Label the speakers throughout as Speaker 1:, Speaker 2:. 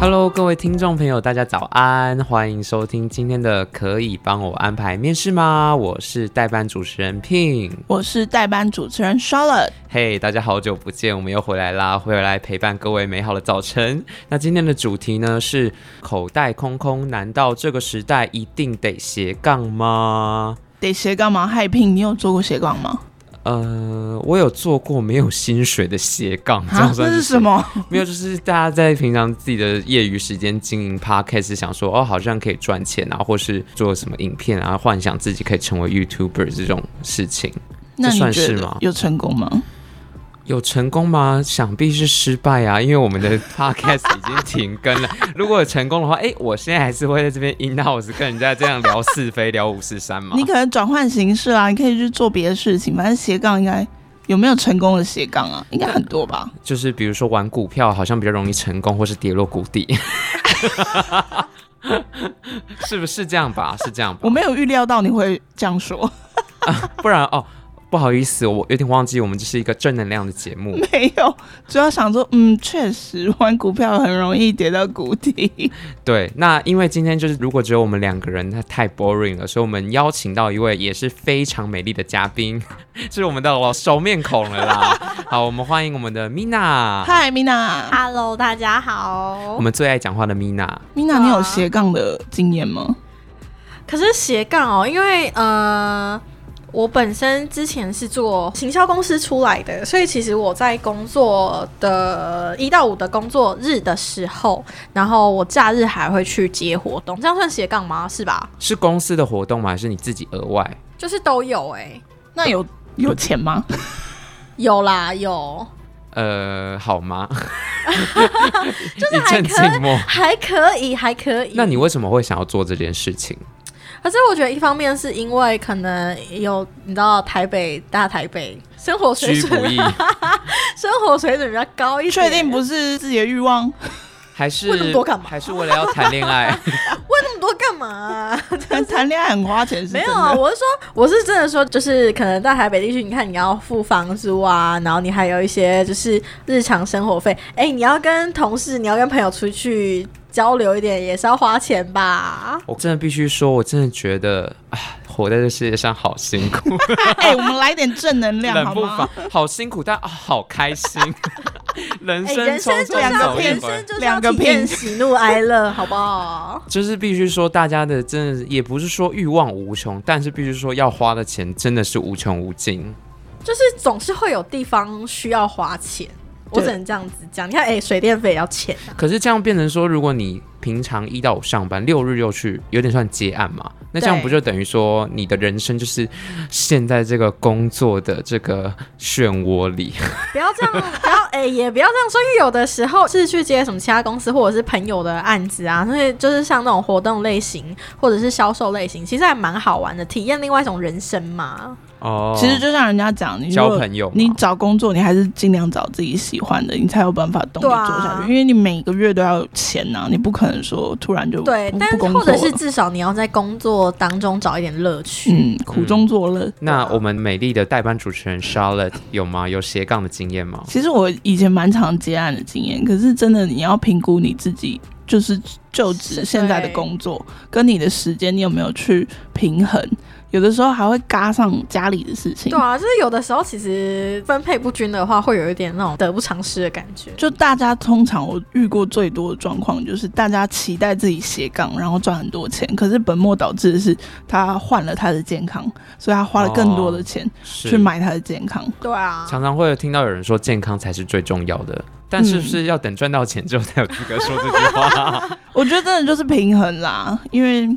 Speaker 1: Hello，各位听众朋友，大家早安，欢迎收听今天的《可以帮我安排面试吗》，我是代班主持人 Pin。
Speaker 2: 我是代班主持人 Charlotte。
Speaker 1: 嘿大家好久不见，我们又回来啦，回来陪伴各位美好的早晨。那今天的主题呢是口袋空空，难道这个时代一定得斜杠吗？
Speaker 2: 得斜杠吗？嗨聘，你有做过斜杠吗？
Speaker 1: 呃，我有做过没有薪水的斜杠，这
Speaker 2: 啊
Speaker 1: 样，
Speaker 2: 那
Speaker 1: 算
Speaker 2: 是
Speaker 1: 斜
Speaker 2: 什么？
Speaker 1: 没有，就是大家在平常自己的业余时间经营 podcast，想说哦，好像可以赚钱啊，或是做什么影片啊，幻想自己可以成为 YouTuber 这种事情，
Speaker 2: 那你
Speaker 1: 算
Speaker 2: 觉
Speaker 1: 是
Speaker 2: 得
Speaker 1: 吗
Speaker 2: 有成功吗？
Speaker 1: 有成功吗？想必是失败啊，因为我们的 podcast 已经停更了。如果有成功的话，哎，我现在还是会在这边 in house 跟人家这样聊是非，聊五十三嘛
Speaker 2: 你。可能转换形式啊，你可以去做别的事情。反正斜杠应该有没有成功的斜杠啊？应该很多吧？
Speaker 1: 就是比如说玩股票，好像比较容易成功，或是跌落谷底。 是不是这样吧？是这样吧？
Speaker 2: 我没有预料到你会这样说，
Speaker 1: 不然哦，不好意思，我有点忘记，我们这是一个正能量的节目。
Speaker 2: 没有，主要想说，嗯，确实玩股票很容易跌到谷底。
Speaker 1: 对，那因为今天就是如果只有我们两个人，那太 boring 了，所以我们邀请到一位也是非常美丽的嘉宾， 是我们的老熟面孔了啦。 好，我们欢迎我们的 Mina，
Speaker 2: 嗨，Mina，Mina，
Speaker 3: Hello，大家
Speaker 1: 我
Speaker 3: 好。
Speaker 1: 们最爱讲话的 Mina。
Speaker 2: 你有斜杠的经验吗？
Speaker 3: 可是斜杠哦，因为呃，我本身之前是做行销公司出来的，所以其实我在工作的一到五的工作日的时候，然后我假日还会去接活动，这样算斜杠吗？是吧？
Speaker 1: 是公司的活动吗？还是你自己额外？
Speaker 3: 就是都有哎、
Speaker 2: 那有有钱 吗？
Speaker 3: 有啦，有，
Speaker 1: 呃，好吗？
Speaker 3: 就是
Speaker 1: 一
Speaker 3: 还
Speaker 1: 阵
Speaker 3: 可
Speaker 1: 静默。
Speaker 3: 还可以，还可以。
Speaker 1: 那你为什么会想要做这件事情？
Speaker 3: 可是我觉得一方面是因为可能有你知道台北大台北生活水
Speaker 1: 居不
Speaker 3: 准
Speaker 1: 易，
Speaker 3: 生活水准比较高一点，
Speaker 2: 确定不是自己的欲 望？
Speaker 1: 还是
Speaker 3: 问那么多干嘛
Speaker 1: 还是为了要谈恋爱？
Speaker 3: 问那么多干嘛啊、
Speaker 2: 谈恋爱很花钱是
Speaker 3: 没
Speaker 2: 真
Speaker 3: 有啊，
Speaker 2: 的。
Speaker 3: 我是说，我是真的说，就是可能在台北地区，你看你要付房租啊，然后你还有一些就是日常生活费，哎、你要跟同事，你要跟朋友出去交流一点，也是要花钱吧？
Speaker 1: 我真的必须说，我真的觉得啊，活在这世界上好辛 苦，
Speaker 2: 哎、我们来点正能量好
Speaker 1: 冷不
Speaker 2: 吗
Speaker 1: 防？，好辛苦，但、啊、好开 心。人
Speaker 3: 哎、
Speaker 1: 生
Speaker 3: 人生
Speaker 1: 匆
Speaker 3: 就是
Speaker 1: 匆
Speaker 3: 要
Speaker 1: 走一
Speaker 3: 人
Speaker 1: 回
Speaker 3: 生，就是要
Speaker 2: 两个
Speaker 3: 体验
Speaker 2: 拼
Speaker 3: 喜怒哀乐，好不好？
Speaker 1: 就是必须说，大家的真的也不是说欲望无穷，但是必须说要花的钱真的是无穷无
Speaker 2: 嗯
Speaker 1: 尽。
Speaker 3: 就是总是会有地方需要花钱。我
Speaker 2: 对
Speaker 3: 只能这样子讲，你看，哎、水电费也要钱啊，
Speaker 1: 可是这样变成说，如果你平常一到五上班，六日又去，有点算接案嘛？那这样
Speaker 2: 对
Speaker 1: 不就等于说你的人生就是陷在这个工作的这个漩涡里？
Speaker 3: 不要这 样，不要，哎、也不要这样说，因为有的时候是去接什么其他公司或者是朋友的案子啊，所以就是像那种活动类型或者是销售类型，其实还蛮好玩的，体验另外一种人生嘛。
Speaker 1: 哦，
Speaker 2: 其实就像人家讲，你如
Speaker 1: 交
Speaker 2: 果
Speaker 1: 朋友嘛，
Speaker 2: 你找工作，你还是尽量找自己喜欢的，你才有办法动力
Speaker 3: 对啊
Speaker 2: 做下去。因为你每个月都要有钱啊呐、你不可能说突然就
Speaker 3: 对
Speaker 2: 不，
Speaker 3: 但
Speaker 2: 不工
Speaker 3: 或
Speaker 2: 作
Speaker 3: 者是
Speaker 2: 了。
Speaker 3: 至少你要在工作当中找一点乐趣。
Speaker 2: 嗯，苦中作乐。啊
Speaker 1: 那我们美丽的代班主持人 Charlotte 有吗？有斜杠的经验吗？
Speaker 2: 其实我以前蛮常接案的经验，可是真的你要评估你自己，就是就职
Speaker 3: 是
Speaker 2: 现在的
Speaker 3: 对
Speaker 2: 工作跟你的时间，你有没有去平衡？有的时候还会嘎上家里的事情。
Speaker 3: 对啊，就是有的时候其实分配不均的话，会有一点那种得不偿失的感觉。
Speaker 2: 就大家通常我遇过最多的状况，就是大家期待自己斜杠，然后赚很多钱，可是本末倒置的是他换了他的健康，所以他花了更多的钱
Speaker 1: 是
Speaker 2: 去。买他的健康。
Speaker 3: 对啊，
Speaker 1: 常常会听到有人说健康才是最重要的，但是不是要等赚到钱之后才有资格说这句 话？
Speaker 2: 我觉得真的就是平衡啦，因为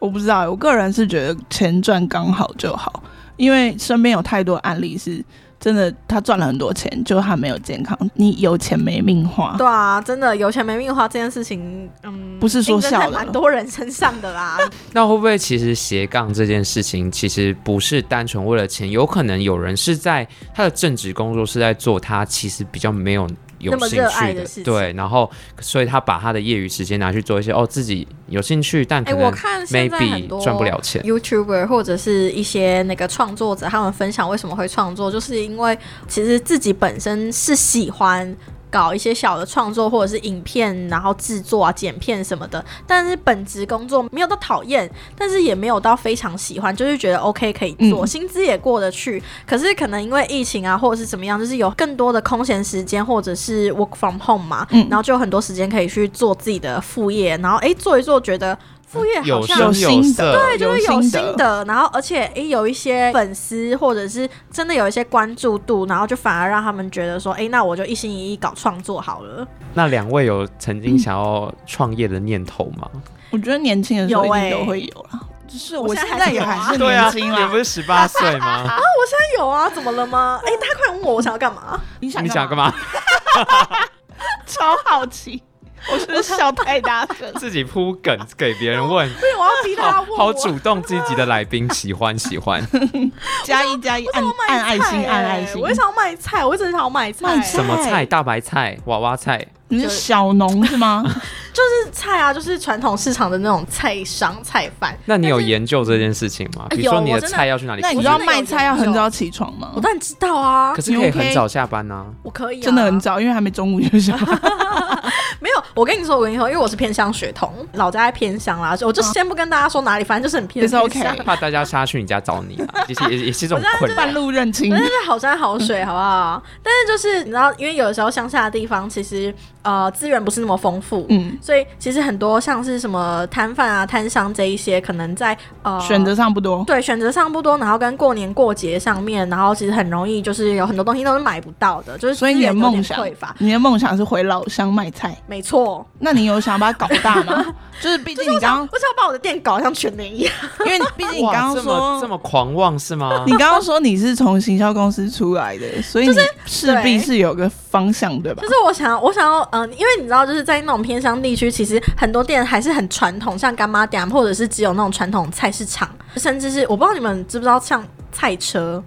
Speaker 2: 我不知道，我个人是觉得钱赚刚好就好，因为身边有太多案例是真的，他赚了很多钱，就他没有健康，你有钱没命花。
Speaker 3: 对啊，真的有钱没命花这件事情，嗯，
Speaker 2: 不是说
Speaker 3: 竞争
Speaker 2: 笑
Speaker 3: 在
Speaker 2: 的
Speaker 3: 蛮多人身上 的啦。
Speaker 1: 那会不会其实斜杠这件事情其实不是单纯为了钱？有可能有人是在他的正职工作是在做他其实比较没有。有
Speaker 3: 那么
Speaker 1: 兴
Speaker 3: 热爱
Speaker 1: 趣
Speaker 3: 的事情
Speaker 1: 对，然后所以他把他的业余时间拿去做一些哦自己有兴趣，但
Speaker 3: 哎、
Speaker 1: 可
Speaker 3: 我
Speaker 1: 能
Speaker 3: 看现在很
Speaker 1: maybe
Speaker 3: 多
Speaker 1: 赚不了钱。
Speaker 3: YouTuber 或者是一些那个创作者，他们分享为什么会创作，就是因为其实自己本身是喜欢。搞一些小的创作或者是影片，然后制作啊、剪片什么的。但是本职工作没有到讨厌，但是也没有到非常喜欢，就是觉得 OK 可以做，
Speaker 2: 嗯
Speaker 3: 薪资也过得去。可是可能因为疫情啊，或者是怎么样，就是有更多的空闲时间，或者是 work from home 嘛，
Speaker 2: 嗯
Speaker 3: 然后就有很多时间可以去做自己的副业，然后诶做一做，觉得副业好
Speaker 1: 有
Speaker 3: 像
Speaker 1: 声
Speaker 2: 有心
Speaker 1: 色
Speaker 2: 得，
Speaker 3: 对，就是
Speaker 2: 心
Speaker 3: 有心得，然后而且诶、有一些粉丝或者是真的有一些关注度，然后就反而让他们觉得说，诶、那我就一心一意搞创作好了。
Speaker 1: 那两位有曾
Speaker 2: 嗯
Speaker 1: 经想要创业的念头吗？
Speaker 2: 我觉得年轻的时候
Speaker 3: 有
Speaker 2: 一
Speaker 3: 欸
Speaker 2: 定都会有啦，就是
Speaker 3: 我
Speaker 2: 我
Speaker 3: 现
Speaker 2: 现
Speaker 3: 在
Speaker 2: 在也
Speaker 3: 还
Speaker 2: 还是
Speaker 1: 对啊，
Speaker 2: 年轻
Speaker 1: 你
Speaker 2: 啦
Speaker 1: 不。是十八岁吗？
Speaker 3: 那有啊，怎么了 吗？诶、大家快问我我想要干嘛？
Speaker 2: 你
Speaker 1: 你想干
Speaker 2: 嘛？
Speaker 1: 嘛？
Speaker 2: 超好奇，我是不是笑太大声
Speaker 1: 。自己铺梗给别人问，
Speaker 3: 不哎行，我要逼大家
Speaker 1: 好
Speaker 3: 啊问我。
Speaker 1: 好主动积极的来宾，喜欢喜欢。
Speaker 2: 加一加一，
Speaker 3: 我想
Speaker 2: 按
Speaker 3: 要卖
Speaker 2: 按爱
Speaker 3: 菜
Speaker 2: 心，
Speaker 3: 欸
Speaker 2: 按爱心
Speaker 3: 我。也想要卖菜，我一直很想要卖菜。
Speaker 2: 卖菜
Speaker 1: 什么菜？大白菜、娃娃菜，
Speaker 2: 你是小农是 吗？
Speaker 3: 就是菜啊，就是传统市场的那种菜商菜贩。
Speaker 1: 那你有
Speaker 3: 但是
Speaker 1: 研究这件事情吗？
Speaker 3: 哎
Speaker 1: 比如说
Speaker 3: 有
Speaker 1: 你
Speaker 3: 我
Speaker 1: 的
Speaker 3: 真的
Speaker 1: 菜要去哪里？
Speaker 2: 那你
Speaker 3: 我
Speaker 2: 知
Speaker 3: 真
Speaker 2: 道
Speaker 3: 的有
Speaker 2: 卖菜要
Speaker 3: 研究
Speaker 2: 很早起床吗
Speaker 3: 我？当然知道啊
Speaker 1: 可，是可以
Speaker 2: 你 OK？
Speaker 1: 很早下班啊。
Speaker 3: 我可以、啊，啊
Speaker 2: 真的很早，因为还没中午休息。
Speaker 3: 没有，我跟你说，我跟你说，因为我是偏乡血统，老家在偏乡啦，所以我就先不跟大家说哪里，反正就是很偏
Speaker 2: It's
Speaker 3: 乡。
Speaker 2: okay
Speaker 3: 偏乡
Speaker 1: 怕大家杀去你家找你啊，其实也也是一种困
Speaker 2: 半
Speaker 1: 扰。
Speaker 2: 路认亲
Speaker 3: 但，是好山好水，
Speaker 2: 嗯
Speaker 3: 好不好？但是就是你知道，因为有的时候乡下的地方，其实呃资源不是那么丰富，
Speaker 2: 嗯，
Speaker 3: 所以其实很多像是什么摊贩啊、摊商这一些，可能在呃
Speaker 2: 选择上不多。
Speaker 3: 对选择上不多，然后跟过年过节上面，然后其实很容易就是有很多东西都是买不到的，就是
Speaker 2: 所以
Speaker 3: 资
Speaker 2: 你的
Speaker 3: 源有
Speaker 2: 梦
Speaker 3: 点
Speaker 2: 想
Speaker 3: 匮乏，。
Speaker 2: 你的梦想是回老乡卖菜。
Speaker 3: 没错，
Speaker 2: 那你有想把它搞大 吗？就是毕竟你刚
Speaker 3: 我想要把我的店搞得像全年一样，
Speaker 2: 刚，因为毕竟你
Speaker 1: 哇
Speaker 2: 刚刚
Speaker 1: 这么这
Speaker 2: 说，
Speaker 1: 么狂妄是吗
Speaker 2: 你？刚刚说你是从行销公司出来的，所以你势必是有个方向，对吧
Speaker 3: 就？是我想要，我想要，嗯、因为你知道，就是在那种偏乡地区，其实很多店还是很传统，像干妈店，或者是只有那种传统菜市场，甚至是我不知道你们知不知道，像菜车，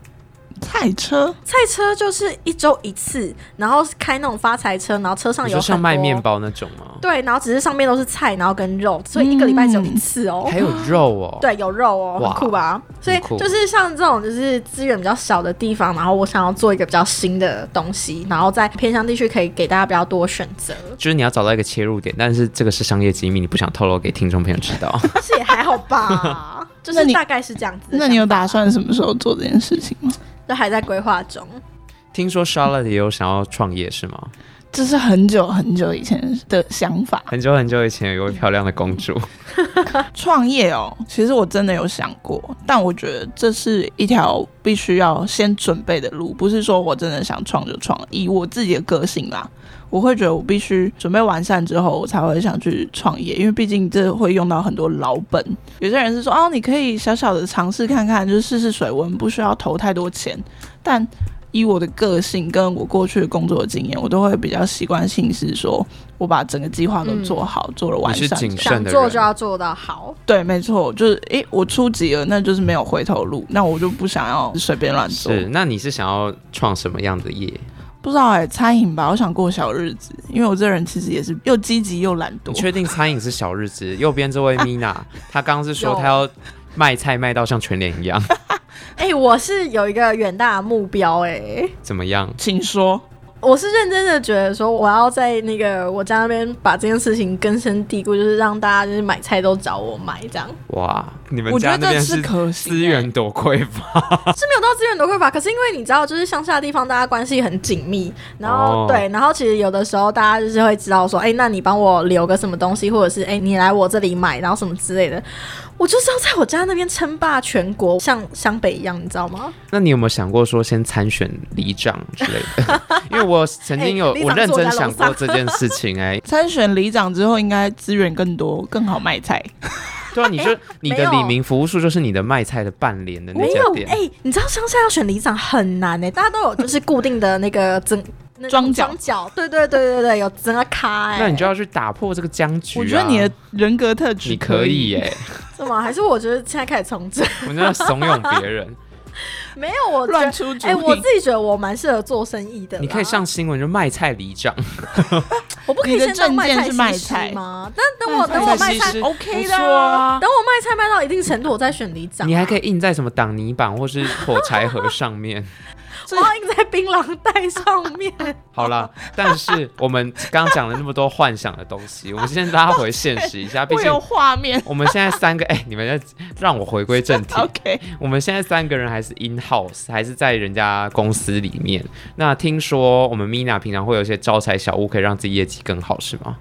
Speaker 2: 菜车
Speaker 3: 菜车就是一周一次，然后开那种发财车，然后车上
Speaker 1: 你
Speaker 3: 有
Speaker 1: 说像
Speaker 3: 很
Speaker 1: 卖
Speaker 3: 多
Speaker 1: 面，包那种吗？
Speaker 3: 对，然后只是上面都是菜，然后跟肉，所以一个礼拜只有一次哦。
Speaker 1: 还有肉哦。，
Speaker 3: 对，有肉哦，很
Speaker 1: 哇
Speaker 3: 酷吧？所以
Speaker 1: 很酷
Speaker 3: 就是像这种就是资源比较少的地方，然后我想要做一个比较新的东西，然后在偏乡地区可以给大家比较多选择。
Speaker 1: 就是你要找到一个切入点，但是这个是商业机密，你不想透露给听众朋友知道。
Speaker 3: 但是也还好吧， 就
Speaker 2: 那
Speaker 3: 是
Speaker 2: 你
Speaker 3: 大概是这样子的想法。
Speaker 2: 那你有打算什么时候做这件事情吗？
Speaker 3: 就还在规划中？
Speaker 1: 听说 Charlotte 也有想要创业是吗？
Speaker 2: 这是很久很久以前的想法。
Speaker 1: 很久很久以前有一位漂亮的公主，
Speaker 2: 创业哦，其实我真的有想过，但我觉得这是一条必须要先准备的路，不是说我真的想创就创。以我自己的个性啦，我会觉得我必须准备完善之后，我才会想去创业，因为毕竟这会用到很多老本。有些人是说，哦，你可以小小的尝试看看，就是试试水温，不需要投太多钱，但。以我的个性跟我过去的工作的经验，我都会比较习惯性是说，我把整个计划都做好，做了完
Speaker 1: 你是
Speaker 2: 善之后
Speaker 1: 谨
Speaker 3: 想
Speaker 1: 慎的
Speaker 3: 做就
Speaker 1: 人，
Speaker 3: 要做到好。
Speaker 2: 对，没错，就是诶、我出级了，那就是没有回头路，那我就不想要随便乱做。
Speaker 1: 是？那你是想要创什么样的业？
Speaker 2: 不知道诶、餐饮吧，我想过小日子，因为我这人其实也是又积极又懒
Speaker 1: 你
Speaker 2: 惰。
Speaker 1: 确定餐饮是小日子？右边这位 Mina，她刚刚是说她要卖菜卖到像全脸一样，
Speaker 3: 哎、我是有一个远大的目标、哎，
Speaker 1: 怎么样？
Speaker 2: 请说，
Speaker 3: 我是认真的觉得说，我要在那个我家那边把这件事情根深蒂固，就是让大家就是买菜都找我买这样。
Speaker 1: 哇，你们
Speaker 2: 我
Speaker 1: 家
Speaker 2: 觉
Speaker 1: 那
Speaker 2: 得
Speaker 1: 边
Speaker 2: 这
Speaker 1: 是
Speaker 2: 是可行、欸
Speaker 1: 资源多匮乏。
Speaker 3: 是没有到资源多匮乏，可是因为你知道，就是乡下的地方，大家关系很紧密，然
Speaker 1: 哦
Speaker 3: 后、对，然后其实有的时候大家就是会知道说，哎、那你帮我留个什么东西，或者是哎、你来我这里买，然后什么之类的。我就是要在我家那边称霸全国，像湘北一样，你知道吗？
Speaker 1: 那你有没有想过说先参选里长之类的？因为我曾经有、
Speaker 3: 哎里长
Speaker 1: 我认真想过
Speaker 3: 坐我家楼上
Speaker 1: 这件事情、哎，
Speaker 2: 参选里长之后，应该资源更多，更好卖菜。
Speaker 1: 对啊，你就你
Speaker 3: 哎没
Speaker 1: 的
Speaker 3: 有
Speaker 1: 李明服务处就是你的卖菜的半脸的那
Speaker 3: 没
Speaker 1: 家
Speaker 3: 有，
Speaker 1: 店，
Speaker 3: 哎、你知道乡下要选里长很难哎、大家都有就是固定的那个 增那种
Speaker 2: 庄脚
Speaker 3: 庄脚，对对对对对，有增加咖哎、
Speaker 1: 那你就要去打破这个僵局、啊。
Speaker 2: 我觉得你的人格特质
Speaker 1: 你可以
Speaker 2: 以
Speaker 1: 哎、
Speaker 3: 是吗？还是我觉得现在开始从政？
Speaker 1: 我真的怂恿别人，
Speaker 3: 没有，我 觉
Speaker 2: 乱
Speaker 3: 得。
Speaker 2: 出主意。
Speaker 3: 哎、我自己觉得我蛮适合做生意的啦。
Speaker 1: 你可以上新闻就卖菜里 长，
Speaker 3: 我不可以
Speaker 2: 你的
Speaker 3: 先当
Speaker 2: 证
Speaker 3: 卖
Speaker 2: 件
Speaker 3: 菜
Speaker 2: 是
Speaker 3: 西
Speaker 2: 卖
Speaker 3: 施
Speaker 2: 菜
Speaker 3: 吗？但等我等我
Speaker 1: 卖
Speaker 3: 卖
Speaker 1: 菜西
Speaker 3: 菜，
Speaker 1: 施
Speaker 2: OK 的
Speaker 1: 不错啊
Speaker 3: 等我卖菜卖到一定程度，我再选里长。
Speaker 1: 你还可以印在什么挡泥板或是火柴盒上面。
Speaker 3: 我要印在槟榔袋上面。
Speaker 1: 好 啦，但是我们刚刚讲了那么多幻想的东西，我们先拉回现实一 下。毕
Speaker 2: 我
Speaker 1: 竟
Speaker 2: 有画面。
Speaker 1: 我们现在三个，哎、你们在让我回归 正题。
Speaker 2: OK，
Speaker 1: 我们现在三个人还是 in house，还是在人家公司里面。那听说我们 Mina 平常会有一些招财小物，可以让自己业绩更好，是吗？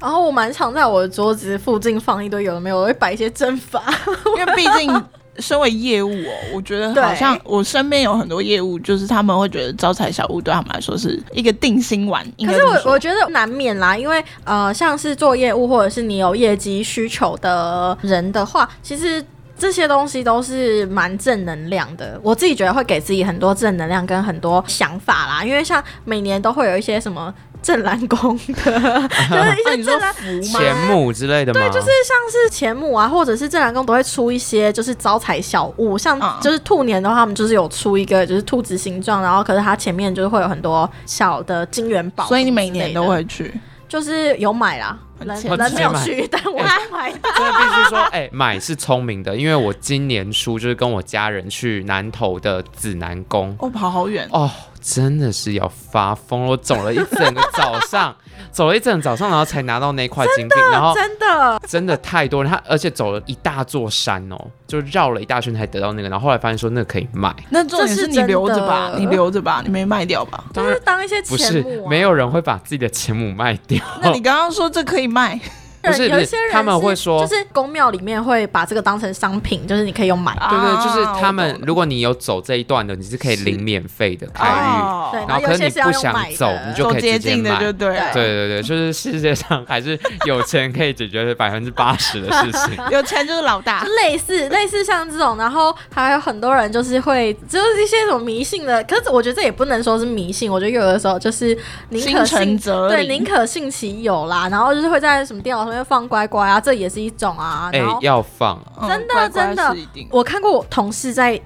Speaker 3: 然后我蛮常在我的桌子附近放一堆有的没有，我会摆一些针法。
Speaker 2: 因为毕竟身为业务哦，我觉得好像我身边有很多业务，就是他们会觉得招财小物对他们来说是一个定心丸。应
Speaker 3: 可
Speaker 2: 该
Speaker 3: 是
Speaker 2: 这么
Speaker 3: 我
Speaker 2: 说
Speaker 3: 我觉得难免啦，因为呃，像是做业务或者是你有业绩需求的人的话，其实。这些东西都是蛮正能量的，我自己觉得会给自己很多正能量跟很多想法啦。因为像每年都会有一些什么正蓝宫 的，就是一
Speaker 2: 啊
Speaker 3: 些
Speaker 2: 你说
Speaker 3: 正蓝
Speaker 2: 福吗？
Speaker 1: 钱母之类的吗？对，就是
Speaker 3: 像是钱母啊，或者是正南宫都会出一些就是招财小物，像
Speaker 2: 嗯
Speaker 3: 就是兔年的话，他们就是有出一个就是兔子形状，然后可是它前面就是会有很多小的金元宝，
Speaker 2: 所以你每年都，会去，
Speaker 3: 就是有买啦，
Speaker 2: 很
Speaker 3: 人
Speaker 2: 前
Speaker 3: 人没有
Speaker 1: 面
Speaker 3: 去，但我还买到。
Speaker 1: 真的必须说，哎、买是聪明的，因为我今年初就是跟我家人去南投的指南宫，
Speaker 2: 哦，跑好远。
Speaker 1: 哦，真的是要发疯了！我走了一整个早上，走了一整个早上，然后才拿到那块金币，然后
Speaker 3: 真的，
Speaker 1: 真的太多了，他而且走了一大座山哦，就绕了一大圈才得到那个，然后后来发现说那个可以卖，
Speaker 2: 那重点
Speaker 3: 这是
Speaker 2: 是你留着吧
Speaker 3: 真，的
Speaker 2: 你留着吧，你没卖掉吧？
Speaker 3: 就
Speaker 1: 当然
Speaker 3: 是当一些
Speaker 1: 不
Speaker 3: 钱
Speaker 1: 是
Speaker 3: 母、啊，
Speaker 1: 没有人会把自己的钱母卖掉，
Speaker 2: 那你刚刚说这可以卖
Speaker 1: 不是
Speaker 3: 有
Speaker 1: 不
Speaker 3: 一
Speaker 1: 是
Speaker 3: 些人，
Speaker 1: 他们会说
Speaker 3: 就是宫庙里面会把这个当成商品，就是你可以用买。
Speaker 1: 对对，就是
Speaker 2: 啊
Speaker 1: 他们
Speaker 2: 我懂
Speaker 1: 如果你有走这一段的，你是可以领
Speaker 2: 是
Speaker 1: 免费的开运。
Speaker 2: 哦
Speaker 3: 对，
Speaker 1: 然后
Speaker 3: 有
Speaker 1: 可
Speaker 3: 些
Speaker 1: 你
Speaker 3: 是要
Speaker 1: 不
Speaker 3: 用
Speaker 1: 想
Speaker 3: 买的
Speaker 1: 走你就
Speaker 2: 走
Speaker 1: 可以
Speaker 2: 捷
Speaker 1: 直接
Speaker 2: 径的
Speaker 1: 买
Speaker 2: 就对了。
Speaker 1: 对对对，就是世界上还是有钱可以解决百分之八十的事情。
Speaker 2: 有钱就是老 大。
Speaker 3: 类似类似像这种，然后还有很多人就是会，就是一些什么迷信的，可是我觉得这也不能说是迷信，我觉得有的时候就是宁可
Speaker 2: 心诚
Speaker 3: 信
Speaker 2: 则
Speaker 3: 对，
Speaker 2: 灵
Speaker 3: 宁可信其有啦，然后就是会在什么电脑上面放乖乖啊，这也是一种啊，
Speaker 1: 哎、
Speaker 3: 然后
Speaker 1: 要放
Speaker 2: 嗯
Speaker 3: 真的
Speaker 2: 乖乖
Speaker 3: 真的
Speaker 2: 是一定
Speaker 3: 我看过我同事在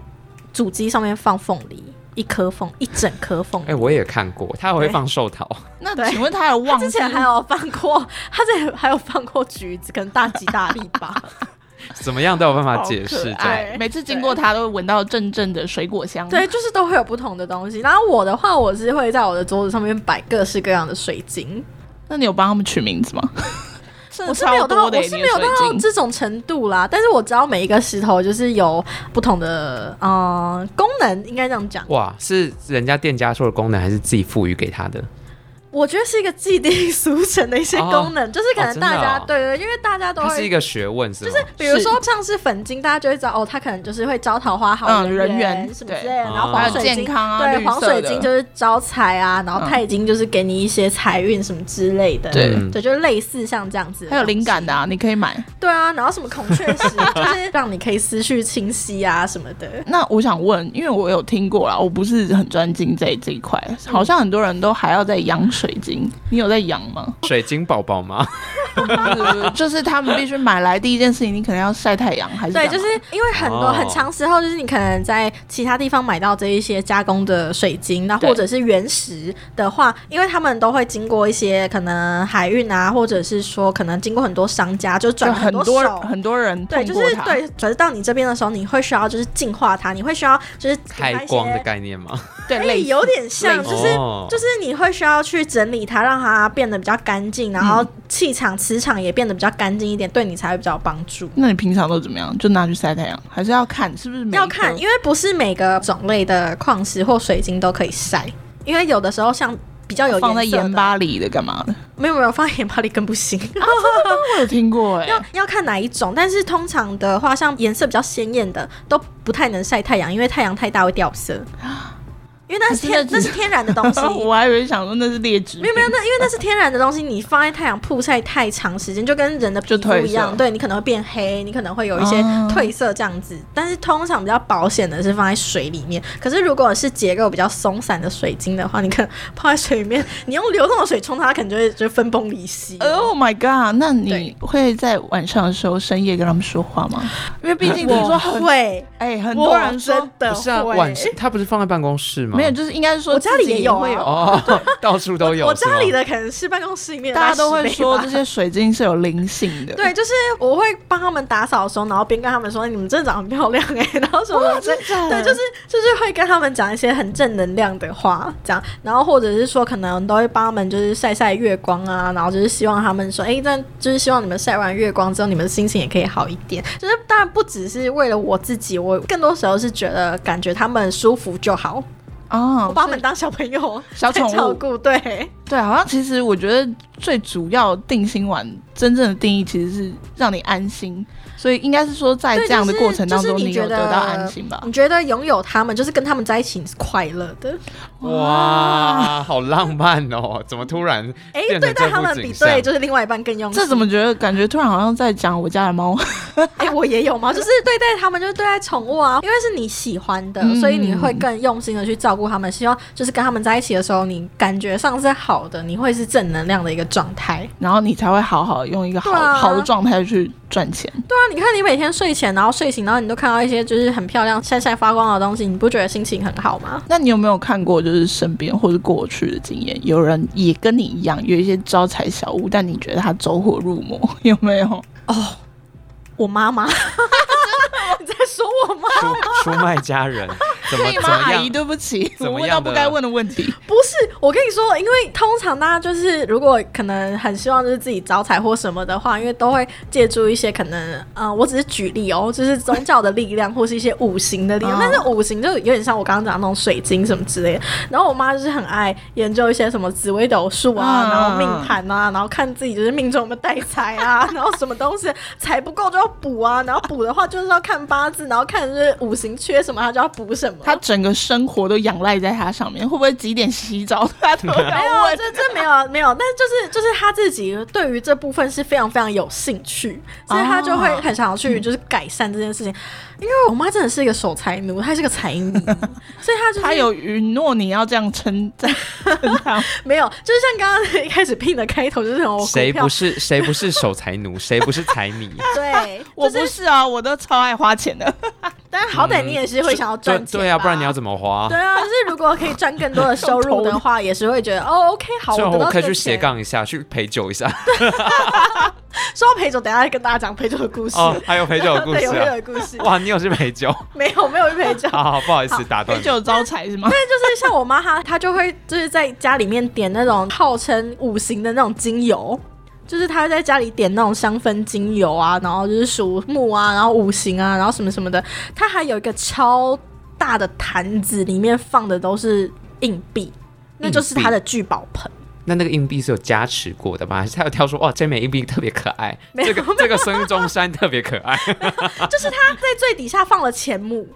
Speaker 3: 主机上面放凤梨，一颗凤，一整颗凤
Speaker 1: 哎、
Speaker 3: 梨。
Speaker 1: 我也看过，他还会放寿桃。
Speaker 2: 那
Speaker 3: 对
Speaker 2: 请问他有
Speaker 3: 他
Speaker 2: 忘
Speaker 3: 之
Speaker 2: 记
Speaker 3: 前还有放过，他之前还有放过橘子，可能大吉大利 吧。
Speaker 1: 怎么样都有办法解释
Speaker 2: 好可
Speaker 1: 这样。
Speaker 2: 爱每次经过他都会闻到阵阵的水果香。
Speaker 3: 对，就是都会有不同的东西。然后我的话，我是会在我的桌子上面摆各式各样的水晶。
Speaker 2: 那你有帮他们取名字吗？真
Speaker 3: 我
Speaker 2: 的
Speaker 3: 是没有
Speaker 2: 超
Speaker 3: 到，
Speaker 2: 多的
Speaker 3: 我
Speaker 2: 耶，
Speaker 3: 是
Speaker 2: 你
Speaker 3: 没
Speaker 2: 的
Speaker 3: 有
Speaker 2: 水
Speaker 3: 到
Speaker 2: 晶
Speaker 3: 这种程度啦。但是我知道每一个石头就是有不同的呃功能，应该这样讲。
Speaker 1: 哇，是人家店家说的功能，还是自己赋予给他的？
Speaker 3: 我觉得是一个既定俗成的一些
Speaker 1: 哦
Speaker 3: 功能，就是可
Speaker 1: 哦
Speaker 3: 能
Speaker 1: 真
Speaker 3: 大
Speaker 1: 的
Speaker 3: 家、
Speaker 1: 哦
Speaker 3: 对对，对因为大家都
Speaker 1: 它是
Speaker 3: 会
Speaker 1: 一个学问，是吗？就是
Speaker 3: 比如
Speaker 2: 是
Speaker 3: 说像是粉晶，大家就会知道哦，它可能就是会招桃花好
Speaker 2: 嗯
Speaker 3: 人
Speaker 2: 人缘
Speaker 3: 什么
Speaker 2: 对
Speaker 3: 之类的，然后
Speaker 1: 哦
Speaker 3: 黄
Speaker 1: 还有
Speaker 3: 水晶
Speaker 2: 健康啊
Speaker 3: 对，
Speaker 2: 绿
Speaker 3: 黄
Speaker 2: 色
Speaker 3: 水
Speaker 2: 的
Speaker 3: 晶就是招财啊，然后
Speaker 2: 嗯
Speaker 3: 钛晶就是给你一些财运什么之类的，
Speaker 2: 对
Speaker 1: 嗯
Speaker 3: 对，就是类似像这样子，
Speaker 2: 还有灵，感的啊，你可以买。
Speaker 3: 对啊，然后什么孔雀石，就是让你可以思绪清晰啊什么的，
Speaker 2: 那我想问，因为我有听过啦，我不是很专精在这一块，好像很多人都还要在养水晶，你有在养 吗？
Speaker 1: 水晶宝宝吗？
Speaker 2: 就是就是他们必须买来第一件事情，你可能要晒太阳，还是
Speaker 3: 对，
Speaker 2: 干
Speaker 3: 就
Speaker 2: 嘛
Speaker 3: 是因为很多、
Speaker 1: 哦
Speaker 3: 很长时候，就是你可能在其他地方买到这一些加工的水晶，那
Speaker 2: 对
Speaker 3: 或者是原石的话，因为他们都会经过一些可能海运啊，或者是说可能经过很多商家，就
Speaker 2: 就
Speaker 3: 转
Speaker 2: 很
Speaker 3: 多
Speaker 2: 多
Speaker 3: 手。
Speaker 2: 很多人
Speaker 3: 对，
Speaker 2: 碰
Speaker 3: 就
Speaker 2: 过
Speaker 3: 是
Speaker 2: 它。
Speaker 3: 对转到你这边的时候，你会需要就是净化它，你会需要就是给它一些
Speaker 1: 开光的概念吗？
Speaker 2: 对
Speaker 3: 哎
Speaker 2: 类似
Speaker 3: 有点像，
Speaker 2: 类似
Speaker 3: 就是
Speaker 1: 哦
Speaker 3: 就是你会需要去整理它，让它变得比较干净，然
Speaker 2: 嗯
Speaker 3: 后气场磁场也变得比较干净一点，对你才会比较有帮助。
Speaker 2: 那你平常都怎么样？就拿去晒太阳，还是要看是不是每一
Speaker 3: 要
Speaker 2: 颗
Speaker 3: 看，因为不是每个种类的矿石或水晶都可以晒，因为有的时候像比较有
Speaker 2: 哦放在
Speaker 3: 颜色的
Speaker 2: 盐，巴里的干嘛的？
Speaker 3: 没有没有放在盐巴里更 不行，
Speaker 2: 我有听过哎、
Speaker 3: 要要看哪一种。但是通常的话，像颜色比较鲜艳的都不太能晒太阳，因为太阳太大会掉色，因为那是天
Speaker 2: 啊可是那
Speaker 3: 那
Speaker 2: 只。
Speaker 3: 是天然的东西
Speaker 2: 我还以为想说那是劣质品，
Speaker 3: 没有没有，那因为那是天然的东西，你放在太阳曝晒太长时间，就跟人的皮
Speaker 2: 就
Speaker 3: 肤
Speaker 2: 褪色
Speaker 3: 一样，对你可能会变黑，你可能会有一些
Speaker 2: 哦
Speaker 3: 褪色这样子。但是通常比较保险的是放在水里面，可是如果是结构比较松散的水晶的话，你可能泡在水里面，你用流动的水冲它，它可能就会就分崩离析。
Speaker 2: Oh my god！那你
Speaker 3: 哦对
Speaker 2: 会在晚上的时候深夜跟他们说话吗？因为毕竟听说
Speaker 3: 我
Speaker 2: 很
Speaker 3: 会，
Speaker 2: 哎、很
Speaker 3: 我
Speaker 2: 多人说
Speaker 3: 真的
Speaker 1: 不是啊，
Speaker 3: 会
Speaker 1: 晚上他不是放在办公室吗？
Speaker 2: 没没有，就是应该是说
Speaker 3: 我家里
Speaker 2: 自己
Speaker 3: 也有啊
Speaker 2: 会有，
Speaker 1: 哦， 到处都有。
Speaker 3: 我
Speaker 1: 是吗
Speaker 3: 家里的可能是办公室里面的
Speaker 2: 大家都
Speaker 3: 大
Speaker 2: 会
Speaker 3: 概十倍
Speaker 2: 说
Speaker 3: 吧
Speaker 2: 这些水晶是有灵性的。
Speaker 3: 对，就是我会帮他们打扫的时候，然后边跟他们说：“你们真的长得很漂亮哎、然后什么之类
Speaker 2: 真的
Speaker 3: 对，就是就是会跟他们讲一些很正能量的话，这样，然后或者是说可能都会帮他们就是晒晒月光啊，然后就是希望他们说，哎、那就是希望你们晒完月光之后，你们的心情也可以好一点。就是当然不只是为了我自己，我更多时候是觉得感觉他们舒服就好，
Speaker 2: 啊，
Speaker 3: 我把他们当小 朋友
Speaker 2: 小
Speaker 3: 在
Speaker 2: 宠物
Speaker 3: 照顾， 对。
Speaker 2: 对，啊好像其实我觉得最主要定心丸真正的定义其实是让你安心，所以应该是说在
Speaker 3: 对
Speaker 2: 这样的
Speaker 3: 就是
Speaker 2: 过程当中，
Speaker 3: 就是
Speaker 2: 你
Speaker 3: 你觉
Speaker 2: 有
Speaker 3: 得嗯
Speaker 2: 得到安心吧？
Speaker 3: 你觉得拥有他们，就是跟他们在一起你是快乐的。
Speaker 1: 哇，好浪漫哦！怎么突然
Speaker 3: 哎、
Speaker 1: 变成
Speaker 3: 对
Speaker 1: 这
Speaker 3: 待他
Speaker 1: 副
Speaker 3: 们
Speaker 1: 景
Speaker 3: 比
Speaker 1: 象
Speaker 3: 对？就是另外一半更用心。
Speaker 2: 这怎么觉得感觉突然好像在讲我家的猫？
Speaker 3: 哎、我也有吗？就是对待他们，就是对待宠物啊，因为是你喜欢的，
Speaker 2: 嗯
Speaker 3: 所以你会更用心的去照顾他们。希望就是跟他们在一起的时候，你感觉上是好的，你会是正能量的一个状态。
Speaker 2: 然后你才会好好用一个好、
Speaker 3: 对啊
Speaker 2: 好的状态去赚钱。
Speaker 3: 对啊，你看你每天睡前，然后睡醒，然后你都看到一些就是很漂亮、闪闪发光的东西，你不觉得心情很好吗？
Speaker 2: 那你有没有看过就是身边或是过去的经验，有人也跟你一样有一些招财小物，但你觉得他走火入魔，有没有？
Speaker 3: 我妈妈， 你在说我吗？
Speaker 1: 出出 卖家人？怎么
Speaker 2: 可以
Speaker 1: 怎
Speaker 2: 吗，
Speaker 1: 么
Speaker 2: 阿
Speaker 1: 样
Speaker 2: 姨？？对不起，
Speaker 1: 怎
Speaker 2: 我
Speaker 1: 么
Speaker 2: 问到
Speaker 1: 样
Speaker 2: 不
Speaker 1: 的
Speaker 2: 该问的问题。
Speaker 3: 不是，我跟你说，因为通常大家就是如果可能很希望就是自己招财或什么的话，因为都会借助一些可能，嗯、我只是举例哦，就是宗教的力量或是一些五行的力量，
Speaker 2: 嗯
Speaker 3: 但是五行就有点像我刚刚讲的那种水晶什么之类的。然后我妈就是很爱研究一些什么紫微斗数啊，
Speaker 2: 嗯
Speaker 3: 然后命盘啊，然后看自己就是命中有没有带财啊，然后什么东西财不够就要补啊，然后补的话就是要看八字，然后看就是五行缺什么，她就要补什么。
Speaker 2: 他整个生活都仰赖在它上面，会不会几点洗澡他都 要
Speaker 3: 没有，
Speaker 2: 问？
Speaker 3: 这这没有没有，但就是就是他自己对于这部分是非常非常有兴趣，所以他就会
Speaker 1: 哦
Speaker 3: 很想要去
Speaker 1: 嗯
Speaker 3: 就是改善这件事情。因为我妈真的是一个守财奴，她是个财 奴，所以她就是
Speaker 2: 他有允诺你要这样称 赞称 他吗，
Speaker 3: 没有，就是像刚刚一开始拼的开头就是我股
Speaker 1: 谁
Speaker 3: 票
Speaker 1: 不是谁不是守财 奴？谁不是财迷？
Speaker 3: 对，
Speaker 2: 我
Speaker 3: 就
Speaker 2: 不
Speaker 3: 是
Speaker 2: 是啊，我都超爱花钱的。
Speaker 3: 但好歹你也是会想要
Speaker 1: 对
Speaker 3: 赚钱，
Speaker 1: 对啊，不然你要。怎么花
Speaker 3: 对？啊，就是如果可以赚更多的收入的话，也是会觉得哦，OK，好，
Speaker 1: 最
Speaker 3: 我
Speaker 1: 后
Speaker 3: 得到
Speaker 1: 我可以
Speaker 3: 这个
Speaker 1: 去斜
Speaker 3: 钱。
Speaker 1: 杠一下，去陪酒一下。
Speaker 3: 说到陪酒，等一下跟大家讲陪酒的故事。
Speaker 1: 哦，还有陪酒的故
Speaker 3: 对，
Speaker 1: 事
Speaker 3: 有陪酒
Speaker 1: 啊！
Speaker 3: 的故事，
Speaker 1: 哇，你有去陪酒？
Speaker 3: 没有没有去陪酒，
Speaker 1: 好好，不好意思，打断
Speaker 2: 陪
Speaker 1: 你。
Speaker 2: 酒招财 是吗？
Speaker 3: 但就是像我妈她，她就会就是在家里面点那种号称五行的那种精油，就是她会在家里点那种香氛精油啊，然后就是属木啊，然后五行啊，然后什么什么的。她还有一个超大的坛子，里面放的都是硬币，那就是她的聚宝盆。
Speaker 1: 那那个硬币是有加持过的吗？还是他有挑说哇，这枚硬币特别可爱，这 个这个孙中山特别可爱，
Speaker 3: 就是他在最底下放了钱母，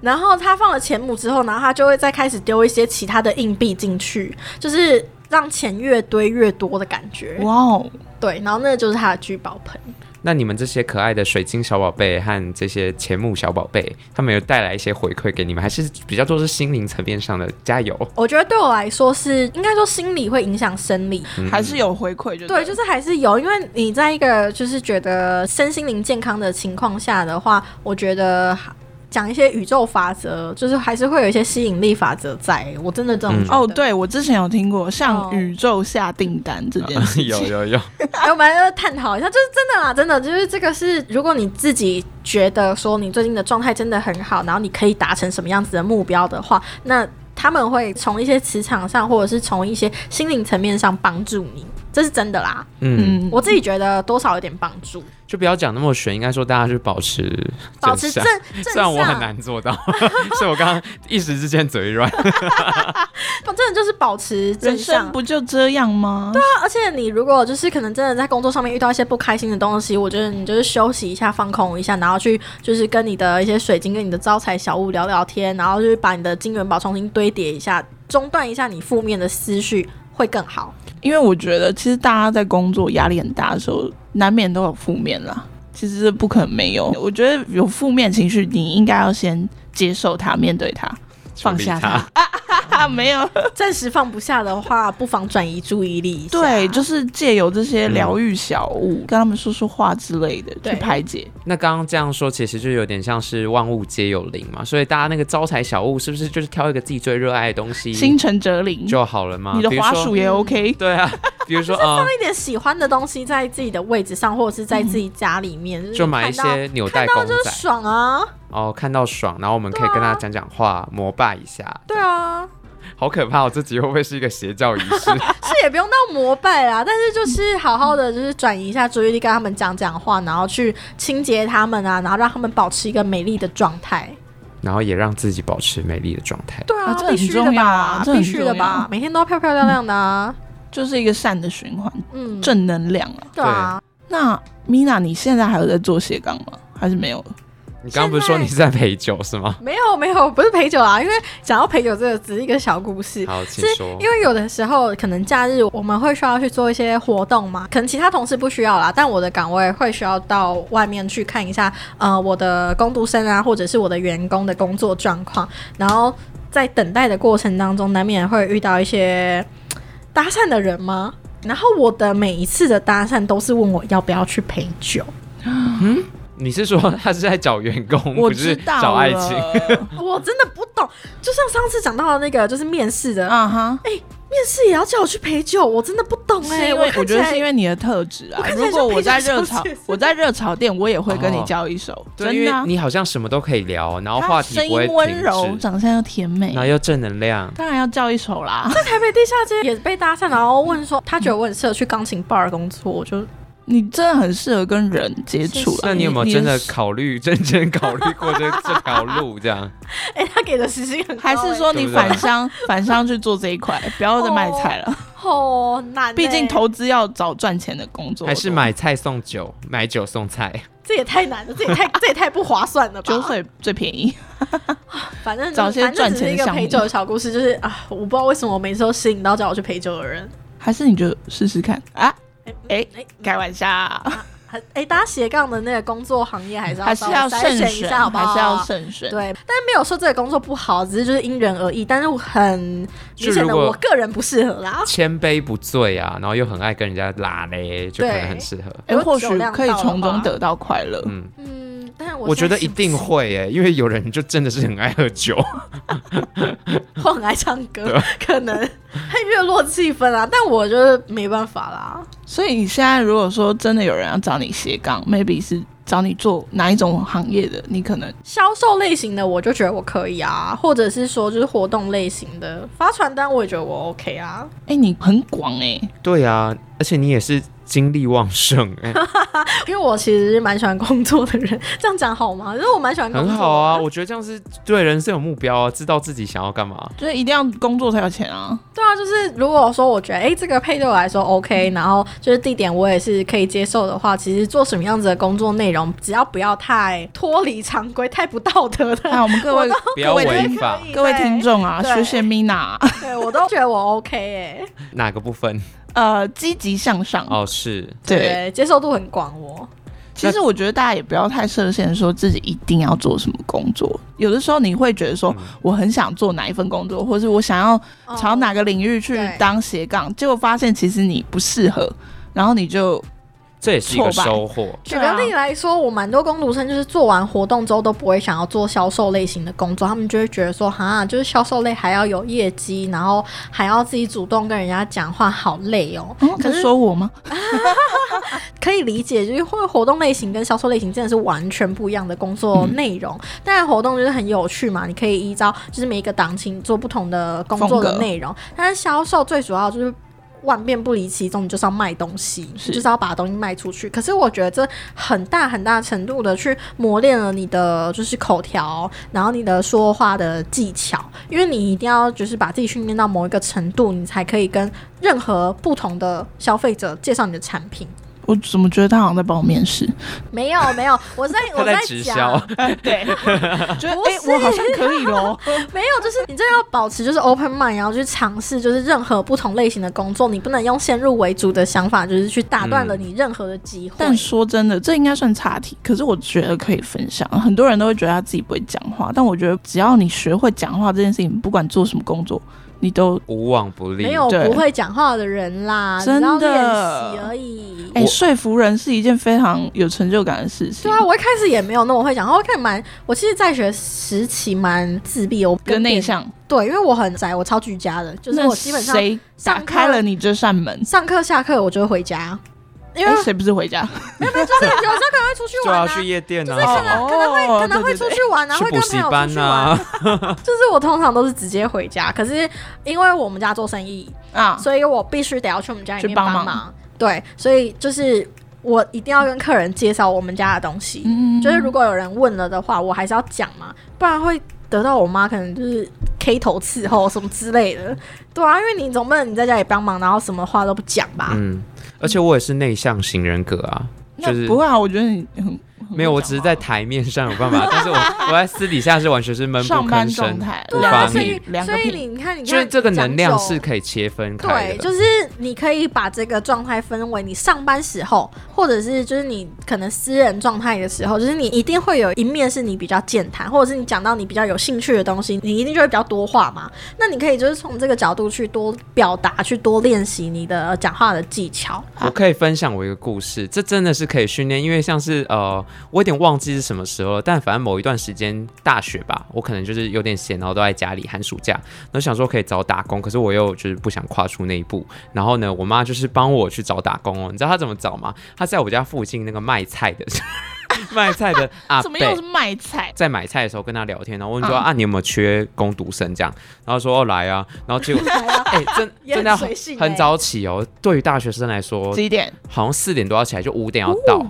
Speaker 3: 然后他放了钱母之后，然后他就会再开始丢一些其他的硬币进去，就是让钱越堆越多的感觉。
Speaker 2: 哇哦，
Speaker 3: 对，然后那就是他的聚宝盆。
Speaker 1: 那你们这些可爱的水晶小宝贝和这些钱木小宝贝，他们有带来一些回馈给你们，还是比较多是心灵层面上的加油？
Speaker 3: 我觉得对我来说是，应该说心理会影响生理。
Speaker 1: 嗯
Speaker 2: 还是有回馈就
Speaker 3: 对，就是还是有，因为你在一个就是觉得身心灵健康的情况下的话，我觉得讲一些宇宙法则，就是还是会有一些吸引力法则在。我真的这种
Speaker 1: 嗯
Speaker 3: 觉得
Speaker 2: 哦，，对我之前有听过
Speaker 3: 哦
Speaker 2: 向宇宙下订单这件 事
Speaker 1: 有
Speaker 2: 情，
Speaker 1: 有有，
Speaker 3: 哎，我们来探讨一下，就是真的啦，真的就是这个是，如果你自己觉得说你最近的状态真的很好，然后你可以达成什么样子的目标的话，那他们会从一些磁场上，或者是从一些心灵层面上帮助你，这是真的啦。
Speaker 1: 嗯，
Speaker 2: 嗯，
Speaker 3: 我自己觉得多少有点帮助，
Speaker 1: 就不要讲那么玄，应该说大家去保持
Speaker 3: 保持正
Speaker 1: 向。
Speaker 3: 正
Speaker 1: 虽然
Speaker 3: 向，
Speaker 1: 我很难做到， 所以我刚刚一时之间嘴软。
Speaker 3: 不，真的就是保持正
Speaker 2: 人
Speaker 3: 向
Speaker 2: 生。不就这样吗？对啊
Speaker 3: 而且你如果就是可能真的在工作上面遇到一些不开心的东西，我觉得你就是休息一下，放空一下，然后去就是跟你的一些水晶、跟你的招财小物聊聊天，然后就是把你的金元宝重新堆叠一下，中断一下你负面的思绪会更好。
Speaker 2: 因为我觉得其实大家在工作压力很大的时候，难免都有负面啦。其实这不可能没有，我觉得有负面情绪，你应该要先接受它，面对它，放下
Speaker 1: 处理它
Speaker 2: 它。啊， 没有，
Speaker 3: 暂时放不下的话，不妨转移注意力一下。
Speaker 2: 对，就是啊嗯借由这些疗愈小物，跟他们说说话之类的，
Speaker 3: 对
Speaker 2: 去排解。
Speaker 1: 那刚刚这样说，其实就有点像是万物皆有灵嘛，所以大家那个招财小物是不是就是挑一个自己最热爱的东西
Speaker 2: 心诚则灵，
Speaker 1: 就好了嘛？
Speaker 2: 你的
Speaker 1: 比如
Speaker 2: 花
Speaker 1: 说
Speaker 2: 束也 OK。
Speaker 1: 对啊，比如 说呃，
Speaker 3: 放一点喜欢的东西在自己的位置上，或者是在自己家里面，
Speaker 2: 嗯
Speaker 3: 是
Speaker 1: 就买一
Speaker 3: 看到
Speaker 1: 些纽带
Speaker 3: 看
Speaker 1: 公
Speaker 3: 到就是
Speaker 1: 仔
Speaker 3: 爽啊！
Speaker 1: 哦，看到爽，然后我们可以跟
Speaker 2: 啊
Speaker 1: 他讲讲话，膜拜一下，
Speaker 3: 对啊，
Speaker 1: 好可怕哦！这集会不会是一个邪教仪式？
Speaker 3: 是也不用到膜拜啦，但是就是好好的，就是转移一下注意力，跟他们讲讲话，然后去清洁他们啊，然后让他们保持一个美丽的状态。
Speaker 1: 然后也让自己保持美丽的状态。
Speaker 3: 对啊，
Speaker 2: 啊这很
Speaker 3: 必须的
Speaker 2: 重要
Speaker 3: 吧
Speaker 2: 啊，这很
Speaker 3: 必须的
Speaker 2: 重
Speaker 3: 吧
Speaker 2: 要，
Speaker 3: 每天都要漂漂亮亮的啊。
Speaker 2: 就是一个善的循环，
Speaker 3: 嗯，
Speaker 2: 正能量啊。
Speaker 3: 对啊，
Speaker 2: 那米娜，你现在还有在做斜杠吗？还是没有了？
Speaker 1: 你刚刚不是说你是在陪酒是吗？
Speaker 3: 没有没有，不是陪酒啊，因为讲到陪酒这个只是一个小故事。
Speaker 1: 好，请
Speaker 3: 是
Speaker 1: 说。
Speaker 3: 因为有的时候可能假日我们会需要去做一些活动嘛，可能其他同事不需要啦，但我的岗位会需要到外面去看一下，呃，我的工读生啊，或者是我的员工的工作状况，然后在等待的过程当中，难免会遇到一些嘖搭讪的人吗？然后我的每一次的搭讪都是问我要不要去陪酒，
Speaker 1: 你是说他是在找员工，
Speaker 2: 我
Speaker 1: 不是
Speaker 2: 知道
Speaker 1: 找爱 情？
Speaker 2: 了
Speaker 3: 我真的不懂。就像上次讲到的那个，就是面试的，
Speaker 2: 啊哈。
Speaker 3: 面试也要叫我去陪酒，我真的不懂哎、
Speaker 2: 是因为
Speaker 3: 看
Speaker 2: 我
Speaker 3: 起
Speaker 2: 觉得
Speaker 3: 来
Speaker 2: 是因为你的特质
Speaker 3: 我
Speaker 2: 啊
Speaker 3: 看。起来
Speaker 2: 如果我在
Speaker 3: 像
Speaker 2: 热
Speaker 3: 陪酒小
Speaker 2: 炒
Speaker 3: 姐是，
Speaker 2: 我在热炒店，我也会跟你
Speaker 1: 哦
Speaker 2: 教一首，
Speaker 1: 对，因
Speaker 2: 真的
Speaker 1: 为
Speaker 2: 啊。
Speaker 1: 你好像什么都可以聊，然后
Speaker 2: 她
Speaker 1: 话题
Speaker 2: 声
Speaker 1: 不会
Speaker 2: 音
Speaker 1: 停
Speaker 2: 温柔，
Speaker 1: 止，
Speaker 2: 长相又甜美
Speaker 1: 然，后又正能量。
Speaker 2: 当然要叫一首啦。
Speaker 3: 台北地下街也被搭讪，然后问说他觉得我很适合去钢琴 bar 工作，我就
Speaker 2: 你真的很适合跟人接触啦。
Speaker 1: 那你有没有
Speaker 2: 你
Speaker 1: 真的考虑、认真考虑过这 这条路？这 样，
Speaker 3: 哎、他给的时薪很高、
Speaker 2: 还是说
Speaker 1: 对
Speaker 2: 你
Speaker 1: 不对
Speaker 2: 返乡 返乡去做这一块，不要再卖菜了。
Speaker 3: 哎好 难、
Speaker 2: 毕竟投资要找赚钱的工作，
Speaker 1: 还是买菜送酒，买酒送菜？
Speaker 3: 这也太 难了，这也太这也太不划算 了吧？
Speaker 2: 酒水最便宜。
Speaker 3: 反正
Speaker 2: 找些
Speaker 3: 反正只是
Speaker 2: 赚钱
Speaker 3: 一个
Speaker 2: 项目
Speaker 3: 陪酒的小故事，就是啊，我不知道为什么我每次都吸引到叫我去陪酒的人。
Speaker 2: 还是你就试试看啊？
Speaker 3: 哎
Speaker 2: 哎
Speaker 3: 哎
Speaker 2: 开玩笑，啊
Speaker 3: 还哎，搭斜杠的那个工作行业还是 要
Speaker 2: 还是要
Speaker 3: 稍微
Speaker 2: 慎
Speaker 3: 筛选一
Speaker 2: 选，
Speaker 3: 下，好不好？
Speaker 2: 还是要慎选。
Speaker 3: 对，但没有说这个工作不好，只是就是因人而异。但是我很明
Speaker 1: 就
Speaker 3: 显
Speaker 1: 如
Speaker 3: 的，
Speaker 1: 果
Speaker 3: 我个人不适 合啦。
Speaker 1: 千杯不醉啊，然后又很爱跟人家拉嘞，就可能很适合。
Speaker 2: 哎，
Speaker 3: 如果
Speaker 2: 或
Speaker 3: 酒
Speaker 2: 许
Speaker 3: 量
Speaker 2: 可以
Speaker 3: 到的
Speaker 2: 从
Speaker 3: 话
Speaker 2: 中得到快乐。
Speaker 1: 嗯，
Speaker 3: 嗯，但是我
Speaker 1: 我觉得一定
Speaker 3: 会。
Speaker 1: 会耶，因为有人就真的是很爱喝 酒。
Speaker 3: 我很爱唱
Speaker 1: 啊
Speaker 3: 歌，可能还热络气氛啊，但我就是没办法啦。
Speaker 2: 所以你现在如果说真的有人要找你斜杠，maybe 是找你做哪一种行业的，你可能
Speaker 3: 销售类型的我就觉得我可以啊，或者是说就是活动类型的发传单，我也觉得我 OK 啊。
Speaker 2: 哎，你很广哎，
Speaker 1: 对啊，而且你也是精力旺盛 哎，
Speaker 3: 因为我其实是蛮喜欢工作的人，这样讲好吗？就是我蛮喜欢工
Speaker 1: 很
Speaker 3: 作，
Speaker 1: 好啊。。我觉得这样是对人生有目标啊，知道自己想要干
Speaker 3: 哦
Speaker 1: 嘛。
Speaker 2: 就是一定要工作才有钱啊。
Speaker 3: 对啊，就是如果说我觉得哎、诶这个配对我来说 OK，然后就是地点我也是可以接受的话，其实做什么样子的工作内容，只要不要太脱离常规、太不道德 的，
Speaker 2: 那我们各位
Speaker 1: 不要
Speaker 2: 各位
Speaker 1: 违
Speaker 2: 听
Speaker 1: 法，
Speaker 3: 可以
Speaker 2: 各位听众啊，
Speaker 3: 对
Speaker 2: 学学 Mina，
Speaker 3: 对我都觉得我 OK 哎、
Speaker 1: 哪个部分？
Speaker 2: 呃，积极向上。
Speaker 1: 哦，是
Speaker 2: 对，，
Speaker 3: 接受度很广哦。
Speaker 2: 其实我觉得大家也不要太设限，说自己一定要做什么工作。有的时候你会觉得说，
Speaker 1: 嗯
Speaker 2: 我很想做哪一份工作，或是我想要朝哪个领域去
Speaker 3: 哦对
Speaker 2: 当斜杠，结果发现其实你不适合，然后你就
Speaker 1: 这也是一个
Speaker 2: 挫败
Speaker 1: 收获。
Speaker 3: 举个例
Speaker 2: 对啊
Speaker 3: 来说，我蛮多工读生就是做完活动之后都不会想要做销售类型的工作，他们就会觉得说，哈，就是销售类还要有业绩，然后还要自己主动跟人家讲话，好累哦。
Speaker 2: 嗯，
Speaker 3: 可
Speaker 2: 在
Speaker 3: 是
Speaker 2: 说我吗？
Speaker 3: 可以理解，就是会活动类型跟销售类型真的是完全不一样的工作内
Speaker 2: 嗯
Speaker 3: 容。当然，活动就是很有趣嘛，你可以依照就是每一个档期做不同的工作的
Speaker 2: 风格
Speaker 3: 内容。但是销售最主要就是。万变不离其宗，你就是要卖东西，
Speaker 2: 是
Speaker 3: 就是要把东西卖出去。可是我觉得这很大很大程度的去磨练了你的就是口条，然后你的说话的技巧，因为你一定要就是把自己训练到某一个程度，你才可以跟任何不同的消费者介绍你的产品。
Speaker 2: 我怎么觉得他好像在帮我面试？
Speaker 3: 没有没有，我在我
Speaker 1: 他在直销
Speaker 3: 讲，
Speaker 2: 对， 觉得
Speaker 3: 不
Speaker 2: 哎、
Speaker 3: 是
Speaker 2: 我好像可以咯。
Speaker 3: 没有，就是你真的要保持就是 open mind，然后去尝试就是任何不同类型的工作，你不能用先入为主的想法，就是去打断了你任何的机会。
Speaker 2: 嗯但说真的，这应该算差题，可是我觉得可以分享。很多人都会觉得他自己不会讲话，但我觉得只要你学会讲话这件事情，不管做什么工作，你都
Speaker 1: 无往不利。
Speaker 3: 没有
Speaker 2: 对
Speaker 3: 不会讲话的人啦，
Speaker 2: 真的
Speaker 3: 只要练习而已。
Speaker 2: 哎、
Speaker 1: 我
Speaker 2: 说服人是一件非常有成就感的事情。
Speaker 3: 对啊，我一开始也没有那么会讲话，我看蛮，我其实在学时期蛮自闭的，我
Speaker 2: 跟内
Speaker 3: 别
Speaker 2: 向，
Speaker 3: 对，因为我很宅，我超居家的，就是
Speaker 2: 那
Speaker 3: 我基本上
Speaker 2: 谁打
Speaker 3: 上课
Speaker 2: 开了你这扇门？
Speaker 3: 上课下课我就会回家，因为
Speaker 2: 哎，谁不是回家？
Speaker 3: 就是有时候可能会出去
Speaker 1: 就
Speaker 3: 玩
Speaker 1: 要
Speaker 3: 啊，
Speaker 1: 去夜店
Speaker 3: 对可
Speaker 1: 啊，
Speaker 3: 能可能会
Speaker 2: 哦
Speaker 3: 可能会
Speaker 2: 对对
Speaker 3: 出
Speaker 2: 对
Speaker 3: 去 玩啊，
Speaker 1: 去
Speaker 3: 会
Speaker 1: 补
Speaker 3: 跟
Speaker 1: 习
Speaker 3: 朋友出
Speaker 1: 班
Speaker 3: 去玩
Speaker 1: 啊。，
Speaker 3: 就是我通常都是直接回家，可是因为我们家做生意，
Speaker 2: 啊，
Speaker 3: 所以我必须得要去我们家里
Speaker 2: 去
Speaker 3: 面
Speaker 2: 帮
Speaker 3: 帮
Speaker 2: 忙
Speaker 3: 忙。对，所以就是我一定要跟客人介绍我们家的东西，
Speaker 2: 嗯
Speaker 3: 就是如果有人问了的话，我还是要讲嘛，不然会得到我妈可能就是 K 头伺候什么之类的。对啊，因为你总不能你在家里帮忙，然后什么话都不讲吧？
Speaker 1: 嗯，而且我也是内向型人格 啊，
Speaker 2: 那
Speaker 1: 就是
Speaker 2: 不会啊，我觉得你很
Speaker 1: 没有，我只是在台面上有办法，但是 我我在私底下是完全是闷不
Speaker 2: 上班
Speaker 1: 吭
Speaker 2: 状
Speaker 1: 声，
Speaker 2: 态，
Speaker 1: 不
Speaker 3: 对
Speaker 1: 发
Speaker 3: 啊，所
Speaker 1: 力
Speaker 3: 以。
Speaker 2: 两个
Speaker 3: 所以
Speaker 2: 屁
Speaker 3: 你看，你
Speaker 1: 就是
Speaker 3: 看
Speaker 1: 这个能量是
Speaker 3: 讲究
Speaker 1: 可以切分开
Speaker 3: 对，
Speaker 1: 的，
Speaker 3: 就是你可以把这个状态分为你上班时候，或者是就是你可能私人状态的时候，就是你一定会有一面是你比较健谈，或者是你讲到你比较有兴趣的东西，你一定就会比较多话嘛。那你可以就是从这个角度去多表达，去多练习你的讲话的技 巧。
Speaker 2: 啊
Speaker 1: 我可以分享我一个故事，这真的是可以训练，因为像是呃，我有点忘记是什么时候了，但反正某一段时间大学吧，我可能就是有点闲，然后都在家里寒暑假，然后想说可以找打工，可是我又就是不想跨出那一步，然后呢，我妈就是帮我去找打工哦，你知道她怎么找吗？她在我家附近那个卖菜的 卖菜的阿
Speaker 2: 怎么
Speaker 1: 伯。
Speaker 2: 又是卖菜？
Speaker 1: 在买菜的时候跟他聊天，然后问说、
Speaker 2: 嗯
Speaker 1: 啊，你有没有缺工读生这样？然后说哦来啊，然后 结果哎、真
Speaker 3: 也
Speaker 1: 真
Speaker 3: 很
Speaker 1: 的要
Speaker 3: 随性
Speaker 1: 很
Speaker 3: 欸
Speaker 1: 早起哦。对于大学生来说，
Speaker 2: 几点？
Speaker 1: 好像四点多要起来，就五点要到。
Speaker 3: 哦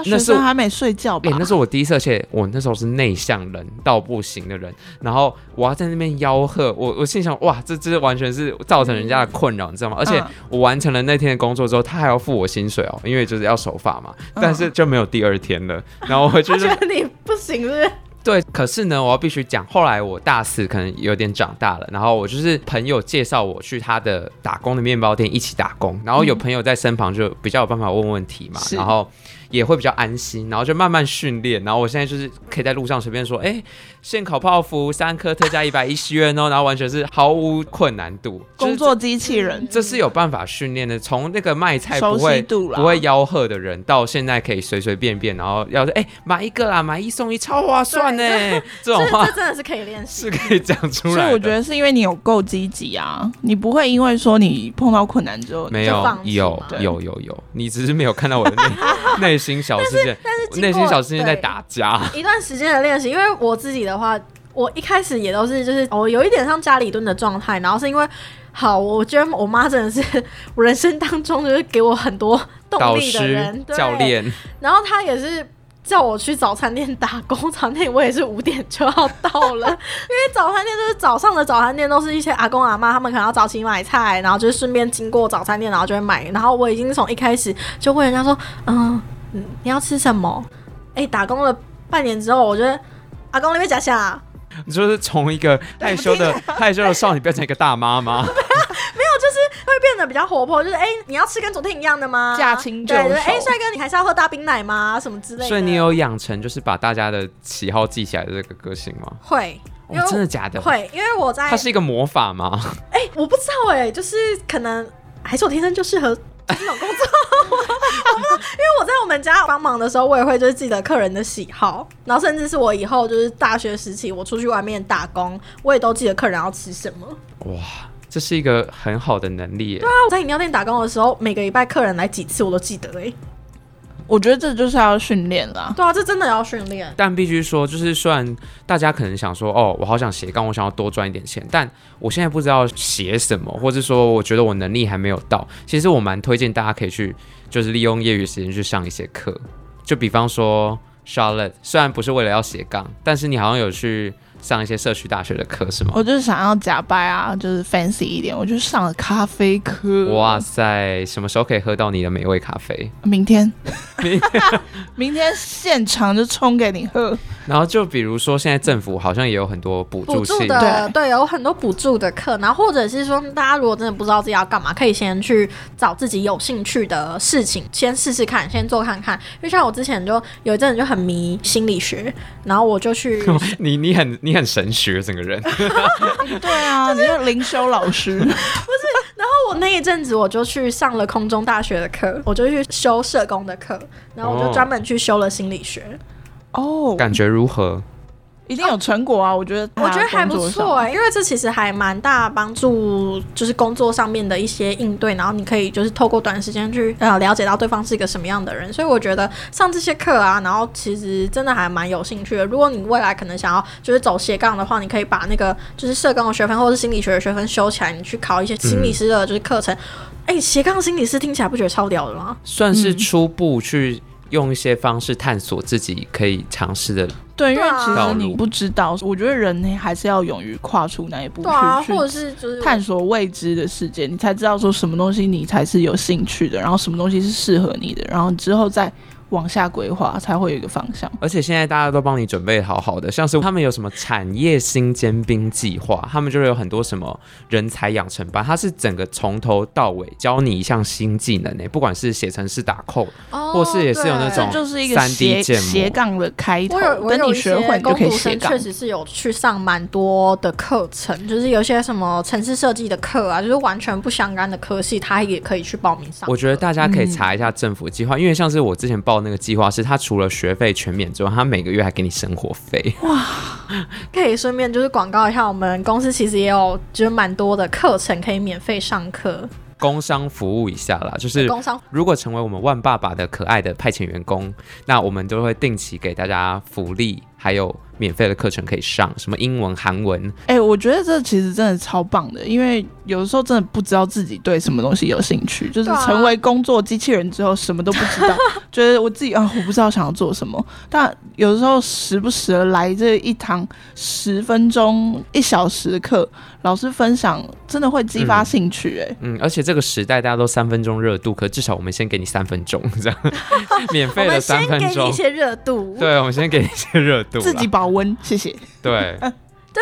Speaker 1: 那
Speaker 2: 哦学
Speaker 1: 是
Speaker 2: 生
Speaker 1: 我
Speaker 2: 还没睡觉吧
Speaker 1: 哎、？那是我第一次，而且我那时候是内向人到不行的人，然后我要在那边吆喝，我我心想哇，这这完全是造成人
Speaker 3: 嗯
Speaker 1: 家的困扰，你知道吗？而且
Speaker 2: 嗯
Speaker 1: 我完成了那天的工作之后，他还要付我薪水哦，因为就是要守法嘛，但是就没有第二天了。然后我就
Speaker 3: 我
Speaker 1: 是
Speaker 3: 嗯觉得你不行是不是？
Speaker 1: 对，可是呢，我要必须讲，后来我大四可能有点长大了，然后我就是朋友介绍我去他的打工的面包店一起打工，然后有朋友在身旁就比较有办法问问题嘛，
Speaker 2: 是
Speaker 1: 然后也会比较安心，然后就慢慢训练，然后我现在就是可以在路上随便说，哎，现烤泡芙三颗特价一百一十元哦，然后完全是毫无困难度，就是
Speaker 2: 工作机器人
Speaker 1: 这是
Speaker 3: 嗯
Speaker 1: 有办法训练的，从那个卖菜不
Speaker 2: 熟悉
Speaker 1: 会
Speaker 2: 度啦，
Speaker 1: 不会吆喝的人，到现在可以随随便便，然后要说哎、买一个啦，买一送一，超划算呢， 这种
Speaker 3: 这
Speaker 1: 话
Speaker 3: 这真的是可以练
Speaker 1: 是
Speaker 3: 习。
Speaker 1: 可以讲出
Speaker 2: 所
Speaker 1: 来的。
Speaker 2: 以我觉得是因为你有够积极啊，你不会因为说你碰到困难之后，
Speaker 1: 没
Speaker 3: 就
Speaker 1: 有
Speaker 3: 放弃
Speaker 1: 有
Speaker 3: 嘛
Speaker 2: 对
Speaker 1: 有有有，你只是没有看到我的 内内心小事件，
Speaker 3: 但是经
Speaker 1: 内心
Speaker 3: 过
Speaker 1: 小事件在
Speaker 3: 对
Speaker 1: 打架。
Speaker 3: 一段时间的练习，因为我自己的话，我一开始也都是就是我有一点像家里蹲的状态，然后是因为好，我觉得我妈真的是 我人生当中就是给我很多
Speaker 1: 导
Speaker 3: 动力的
Speaker 1: 师
Speaker 3: 人，、对
Speaker 1: 教，练，
Speaker 3: 然后她也是。叫我去早餐店打工，早餐店我也是五点就要到 了，因为早餐店就是早上的早餐店都是一些阿公阿妈，他们可能要早起买菜，然后就是顺便经过早餐店，然后就会买。然后我已经从一开始就问人家说，嗯，嗯你要吃什么？哎、打工了半年之后，我觉得阿公那边假想啊，
Speaker 1: 你就是从一个害羞的 害羞的少女变成一个大妈 妈，
Speaker 3: 会变得比较活泼，就是哎、你要吃跟昨天一样的吗？
Speaker 2: 驾轻就
Speaker 3: 对，就是
Speaker 2: 熟
Speaker 3: 哎，帅、哥，你还是要喝大冰奶吗？什么之类的。
Speaker 1: 所以你有养成就是把大家的喜好记起来的这个个性吗？
Speaker 3: 会，因
Speaker 1: 哦
Speaker 3: 为，
Speaker 1: 真的假的？
Speaker 3: 会，因为我在
Speaker 1: 它是一个魔法吗？
Speaker 3: 哎、我不知道哎、就是可能还是我天生就适合。这种工作，我不知道，因为我在我们家帮忙的时候，我也会就是记得客人的喜好，然后甚至是我以后就是大学时期，我出去外面打工，我也都记得客人要吃什么。
Speaker 1: 哇，这是一个很好的能力耶。
Speaker 3: 那我在饮料店打工的时候，每个礼拜客人来几次我都记得哎、
Speaker 2: 我觉得这就是要训练啦。
Speaker 3: 对啊，这真的要训练。
Speaker 1: 但必须说，就是虽然大家可能想说，哦，我好想斜杠，我想要多赚一点钱，但我现在不知道写什么，或者说我觉得我能力还没有到。其实我蛮推荐大家可以去，就是利用业余时间去上一些课，就比方说 Charlotte，虽然不是为了要斜杠，但是你好像有去上一些社区大学的课是吗？
Speaker 2: 我就是想要假掰啊，就是 fancy 一点，我就上了咖啡
Speaker 3: 嗯
Speaker 2: 课。
Speaker 1: 哇，塞，什么时候可以喝到你的美味咖啡？
Speaker 2: 明天
Speaker 1: 明，
Speaker 2: 明天现场就冲给你喝。
Speaker 1: 然后就比如说，现在政府好像也有很多补
Speaker 3: 补
Speaker 1: 助
Speaker 3: 助
Speaker 1: 性，
Speaker 3: 的，对，有很多补助的课，然后或者是说，大家如果真的不知道自己要干嘛，可以先去找自己有兴趣的事情，先试试看，先做看看。因为像我之前就有一阵子就很迷心理学，然后我就去
Speaker 1: 你你很你很神学整个 人，
Speaker 2: 对 啊，你是灵修老师，
Speaker 3: 我那一阵子我就去上了空中大学的课，我就去修社工的课，然后我就
Speaker 1: 哦
Speaker 3: 专门去修了心理学，
Speaker 2: 哦，
Speaker 1: 感觉如何？
Speaker 2: 一定有成果啊！我觉得，
Speaker 3: 我觉得还不错哎、，因为这其实还蛮大帮助，就是工作上面的一些应对，然后你可以就是透过短时间去呃了解到对方是一个什么样的人，所以我觉得上这些课啊，然后其实真的还蛮有兴趣的。如果你未来可能想要就是走斜杠的话，你可以把那个就是社工的学分或者是心理学的学分修起来，你去考一些心
Speaker 1: 嗯
Speaker 3: 理师的就是课程。哎、斜杠心理师听起来不觉得超屌的吗？
Speaker 1: 算是
Speaker 2: 嗯
Speaker 1: 初步去用一些方式探索自己可以尝试的，
Speaker 2: 对，因为
Speaker 3: 对啊
Speaker 2: 其实
Speaker 1: 道
Speaker 2: 你
Speaker 1: 路
Speaker 2: 不知道，我觉得人还是要勇于跨出那一步，
Speaker 3: 对啊，
Speaker 2: 去
Speaker 3: 或者
Speaker 2: 去
Speaker 3: 是就是
Speaker 2: 探索未知的世界，你才知道说什么东西你才是有兴趣的，然后什么东西是适合你的，然后之后再往下规划，才会有一个方向。
Speaker 1: 而且现在大家都帮你准备好好的，像是他们有什么产业新尖兵计划，他们就会有很多什么人才养成班，它是整个从头到尾教你一项新技能呢、欸不管是写程式打扣，
Speaker 3: 哦
Speaker 1: 或是也是有那
Speaker 3: 对
Speaker 1: 种
Speaker 2: 就是一个
Speaker 1: 3D
Speaker 2: 斜
Speaker 1: 建模
Speaker 2: 斜杠的开头
Speaker 3: 我有，我
Speaker 2: 等
Speaker 3: 有
Speaker 2: 你
Speaker 3: 一
Speaker 2: 学
Speaker 3: 些
Speaker 2: 会你就
Speaker 3: 工
Speaker 2: 可以
Speaker 3: 读
Speaker 2: 斜
Speaker 3: 生
Speaker 2: 杠
Speaker 3: 确。实是有去上蛮多的课程，就是有些什么城市设计的课啊，就是完全不相干的科系，他也可以去报名上课。
Speaker 1: 我觉得大家可以查一下政府计划，因为像是我之前报那个计划是，它除了学费全免之外，它每个月还给你生活费。
Speaker 3: 可以顺便就是广告一下，我们公司其实也有就是蛮多的课程可以免费上课，
Speaker 1: 工商服务一下啦，就是
Speaker 3: 工商
Speaker 1: 如果成为我们万爸爸的可爱的派遣员工，那我们都会定期给大家福利，还有免费的课程可以上，什么英文、韩文，
Speaker 2: 哎、我觉得这其实真的超棒的，因为有的时候真的不知道自己对什么东西有兴趣，就是
Speaker 3: 对啊
Speaker 2: 成为工作机器人之后什么都不知 道，觉得我自己啊，我不知道想要做什么。但有的时候时不时地来这一堂十分钟、一小时的课，老师分享真的会激发
Speaker 1: 嗯
Speaker 2: 兴趣、哎、
Speaker 1: 嗯，而且这个时代大家都三分钟热度，可至少我们先给你三分钟， 这 样免
Speaker 3: 我
Speaker 1: 费的
Speaker 3: 们
Speaker 1: 三
Speaker 3: 先
Speaker 1: 分
Speaker 3: 给你
Speaker 1: 钟
Speaker 3: 一，些热度，
Speaker 1: 对，我们先给你一些热度啦，
Speaker 2: 自己保温，谢谢。
Speaker 1: 对，
Speaker 3: 但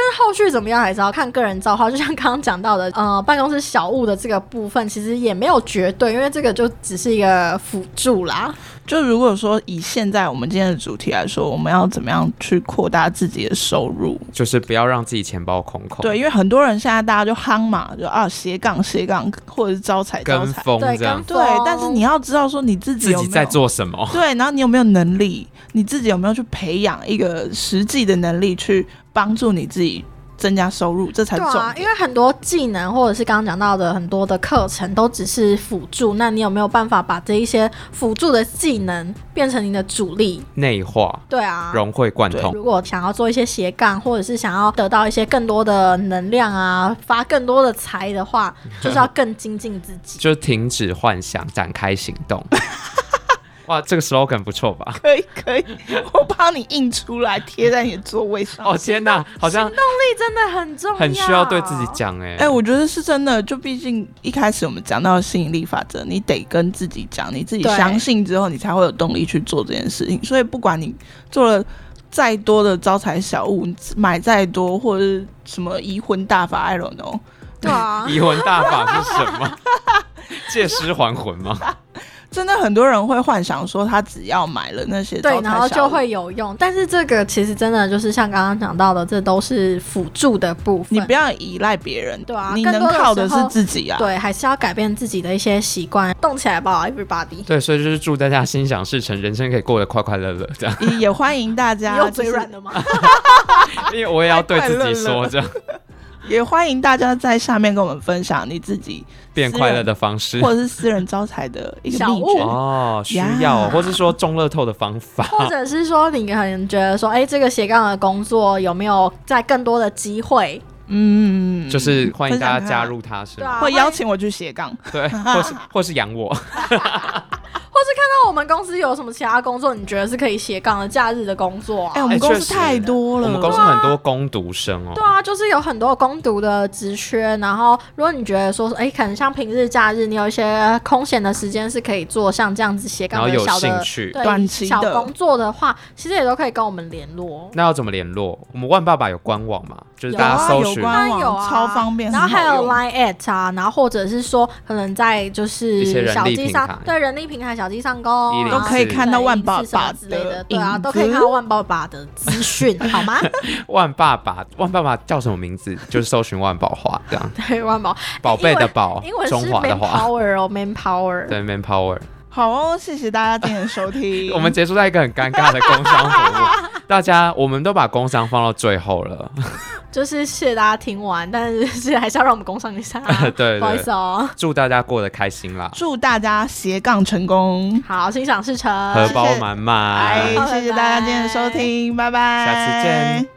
Speaker 3: 是后续怎么样还是要看个人造化，就像刚刚讲到的，呃，办公室小物的这个部分其实也没有绝对，因为这个就只是一个辅助啦。
Speaker 2: 就如果说以现在我们今天的主题来说，我们要怎么样去扩大自己的收入？
Speaker 1: 就是不要让自己钱包空空，
Speaker 2: 对，，因为很多人现在大家就夯嘛，就啊斜杠斜杠，或者是招财招
Speaker 1: 跟
Speaker 2: 财。
Speaker 1: 风
Speaker 3: 对
Speaker 1: 这样
Speaker 3: 跟，
Speaker 2: 对，但是你要知道说你自己
Speaker 1: 自
Speaker 2: 有没
Speaker 1: 己
Speaker 2: 有
Speaker 1: 在做什么。
Speaker 2: 对，然后你有没有能力，你自己有没有去培养一个实际的能力去帮助你自己增加收入，这才
Speaker 3: 对
Speaker 2: 重
Speaker 3: 啊，因
Speaker 2: 点。
Speaker 3: 为很多技能或者是刚刚讲到的很多的课程都只是辅助，那你有没有办法把这一些辅助的技能变成你的主力？
Speaker 1: 内化、
Speaker 3: 对啊。
Speaker 1: 融会贯
Speaker 2: 对
Speaker 1: 通。
Speaker 3: 如果想要做一些斜杠，或者是想要得到一些更多的能量啊，发更多的财的话， 就是要更精进自己。
Speaker 1: 就停止幻想，展开行动。 哇，这个 slogan 不错吧？
Speaker 2: 可以可以，我帮你印出来贴在你的座位上。
Speaker 1: 哦天哪，好像
Speaker 3: 这真的很重要，
Speaker 1: 很需要对自己。讲哎、
Speaker 2: 哎、我觉得是真的。就毕竟一开始我们讲到吸引力法则，你得跟自己讲，你自己
Speaker 3: 对
Speaker 2: 相信之后，你才会有动力去做这件事情。所以不管你做了再多的招财小物，你买再多或者是什么移魂大法，I don't know，
Speaker 3: 对 啊，
Speaker 1: 移魂大法是什 么？借尸还魂吗？
Speaker 2: 真的很多人会幻想说，他只要买了那些
Speaker 3: 对
Speaker 2: 招，财
Speaker 3: 然后
Speaker 2: 小
Speaker 3: 就
Speaker 2: 物
Speaker 3: 会有用。但是这个其实真的就是像刚刚讲到的，这都是辅助的部分。
Speaker 2: 你不要依赖别人，
Speaker 3: 对啊
Speaker 2: 你
Speaker 3: 更
Speaker 2: 能
Speaker 3: 多的
Speaker 2: 靠
Speaker 3: 时
Speaker 2: 的是
Speaker 3: 候
Speaker 2: 自己啊。
Speaker 3: 对，还是要改变自己的一些习惯，动起来吧，everybody。
Speaker 1: 对，所以就是祝大家心想事成，人生可以过得快快乐乐这样。
Speaker 2: 也也欢迎大
Speaker 3: 你
Speaker 2: 家，
Speaker 3: 有
Speaker 2: 啊就
Speaker 3: 嘴
Speaker 2: 是
Speaker 3: 软的吗？
Speaker 1: 因为我也要对自 己
Speaker 2: 快快乐
Speaker 1: 说
Speaker 2: 乐
Speaker 1: 这样
Speaker 2: 也欢迎大家在下面跟我们分享你自己
Speaker 1: 变快乐的方式
Speaker 2: 或者是私人招财的一个
Speaker 3: 小
Speaker 2: 秘
Speaker 3: 物
Speaker 2: 诀。
Speaker 1: 哦，需要，
Speaker 2: 呀
Speaker 1: 或是说中乐透的方法。
Speaker 3: 或者是说，你可能觉得说，哎、这个斜杠的工作有没有在更多的机会？
Speaker 2: 嗯，
Speaker 1: 就是欢迎大
Speaker 2: 分
Speaker 1: 家
Speaker 2: 享
Speaker 1: 加
Speaker 2: 它
Speaker 1: 入它，是
Speaker 3: 对
Speaker 1: 吗？
Speaker 3: 啊，
Speaker 2: 会邀
Speaker 3: 欢迎
Speaker 2: 请我去斜杠。
Speaker 1: 对，或是或是养我，
Speaker 3: 或是看到果我们公司有什么其他工作，你觉得是可以斜杠的假日的工作啊？
Speaker 2: 哎、我们
Speaker 1: 哎
Speaker 2: 公
Speaker 1: 确
Speaker 2: 司
Speaker 1: 实
Speaker 2: 太多了，
Speaker 1: 我们公司很多工读生哦，
Speaker 3: 对啊，就是有很多攻读的职缺，然后如果你觉得说，哎、可能像平日、假日，你有一些空闲的时间是可以做像这样子斜
Speaker 1: 然
Speaker 3: 杠
Speaker 1: 后
Speaker 3: 的
Speaker 1: 有
Speaker 3: 小
Speaker 1: 兴
Speaker 3: 的
Speaker 1: 趣，
Speaker 3: 对
Speaker 2: 短期
Speaker 3: 小
Speaker 2: 的
Speaker 3: 工作的话，其实也都可以跟我们联络。
Speaker 1: 那要怎么联络？我们万爸爸有官网嘛？就是大
Speaker 2: 有
Speaker 1: 家
Speaker 2: 啊
Speaker 1: 搜
Speaker 2: 有
Speaker 1: 寻
Speaker 2: 官网
Speaker 3: 当然有啊，
Speaker 2: 超方便
Speaker 3: 然后还
Speaker 2: 很好
Speaker 3: 有
Speaker 2: 用
Speaker 3: Line at 啊，然后或者是说可能在就
Speaker 1: 一些
Speaker 3: 是
Speaker 1: 人
Speaker 3: 小
Speaker 1: 力
Speaker 3: 鸡
Speaker 1: 平
Speaker 3: 上
Speaker 1: 台
Speaker 3: 对人力平台小鸡上工啊
Speaker 1: 104
Speaker 2: 都可以看到万爸爸
Speaker 3: 之类的，
Speaker 2: 的
Speaker 3: 对啊，
Speaker 2: 影
Speaker 3: 都可以
Speaker 2: 子
Speaker 3: 看到万爸爸的资讯，好 吗？
Speaker 1: 万爸爸，万爸爸叫什么名字？就是搜寻万宝华这样，
Speaker 3: 对，万宝
Speaker 1: 宝贝的宝
Speaker 3: 英文，是
Speaker 1: 哦中华的
Speaker 3: man
Speaker 1: 华，
Speaker 3: power 哦，man power。
Speaker 1: 对，Man Power。
Speaker 2: 好哦，谢谢大家今天的收听。
Speaker 1: 我们结束在一个很尴尬的工商服 务，大家我们都把工商放到最后了，，
Speaker 3: 就是谢谢大家听完，但是是还是要让我们工商一下、啊
Speaker 1: 对
Speaker 3: 不好意
Speaker 1: 对
Speaker 3: 思哦。
Speaker 1: 祝大家过得开心啦，
Speaker 2: 祝大家斜杠成功，
Speaker 3: 好，哎心想事成，
Speaker 1: 荷包满满
Speaker 2: 哎，，谢谢大家今天的收听，拜拜，
Speaker 1: 下次见。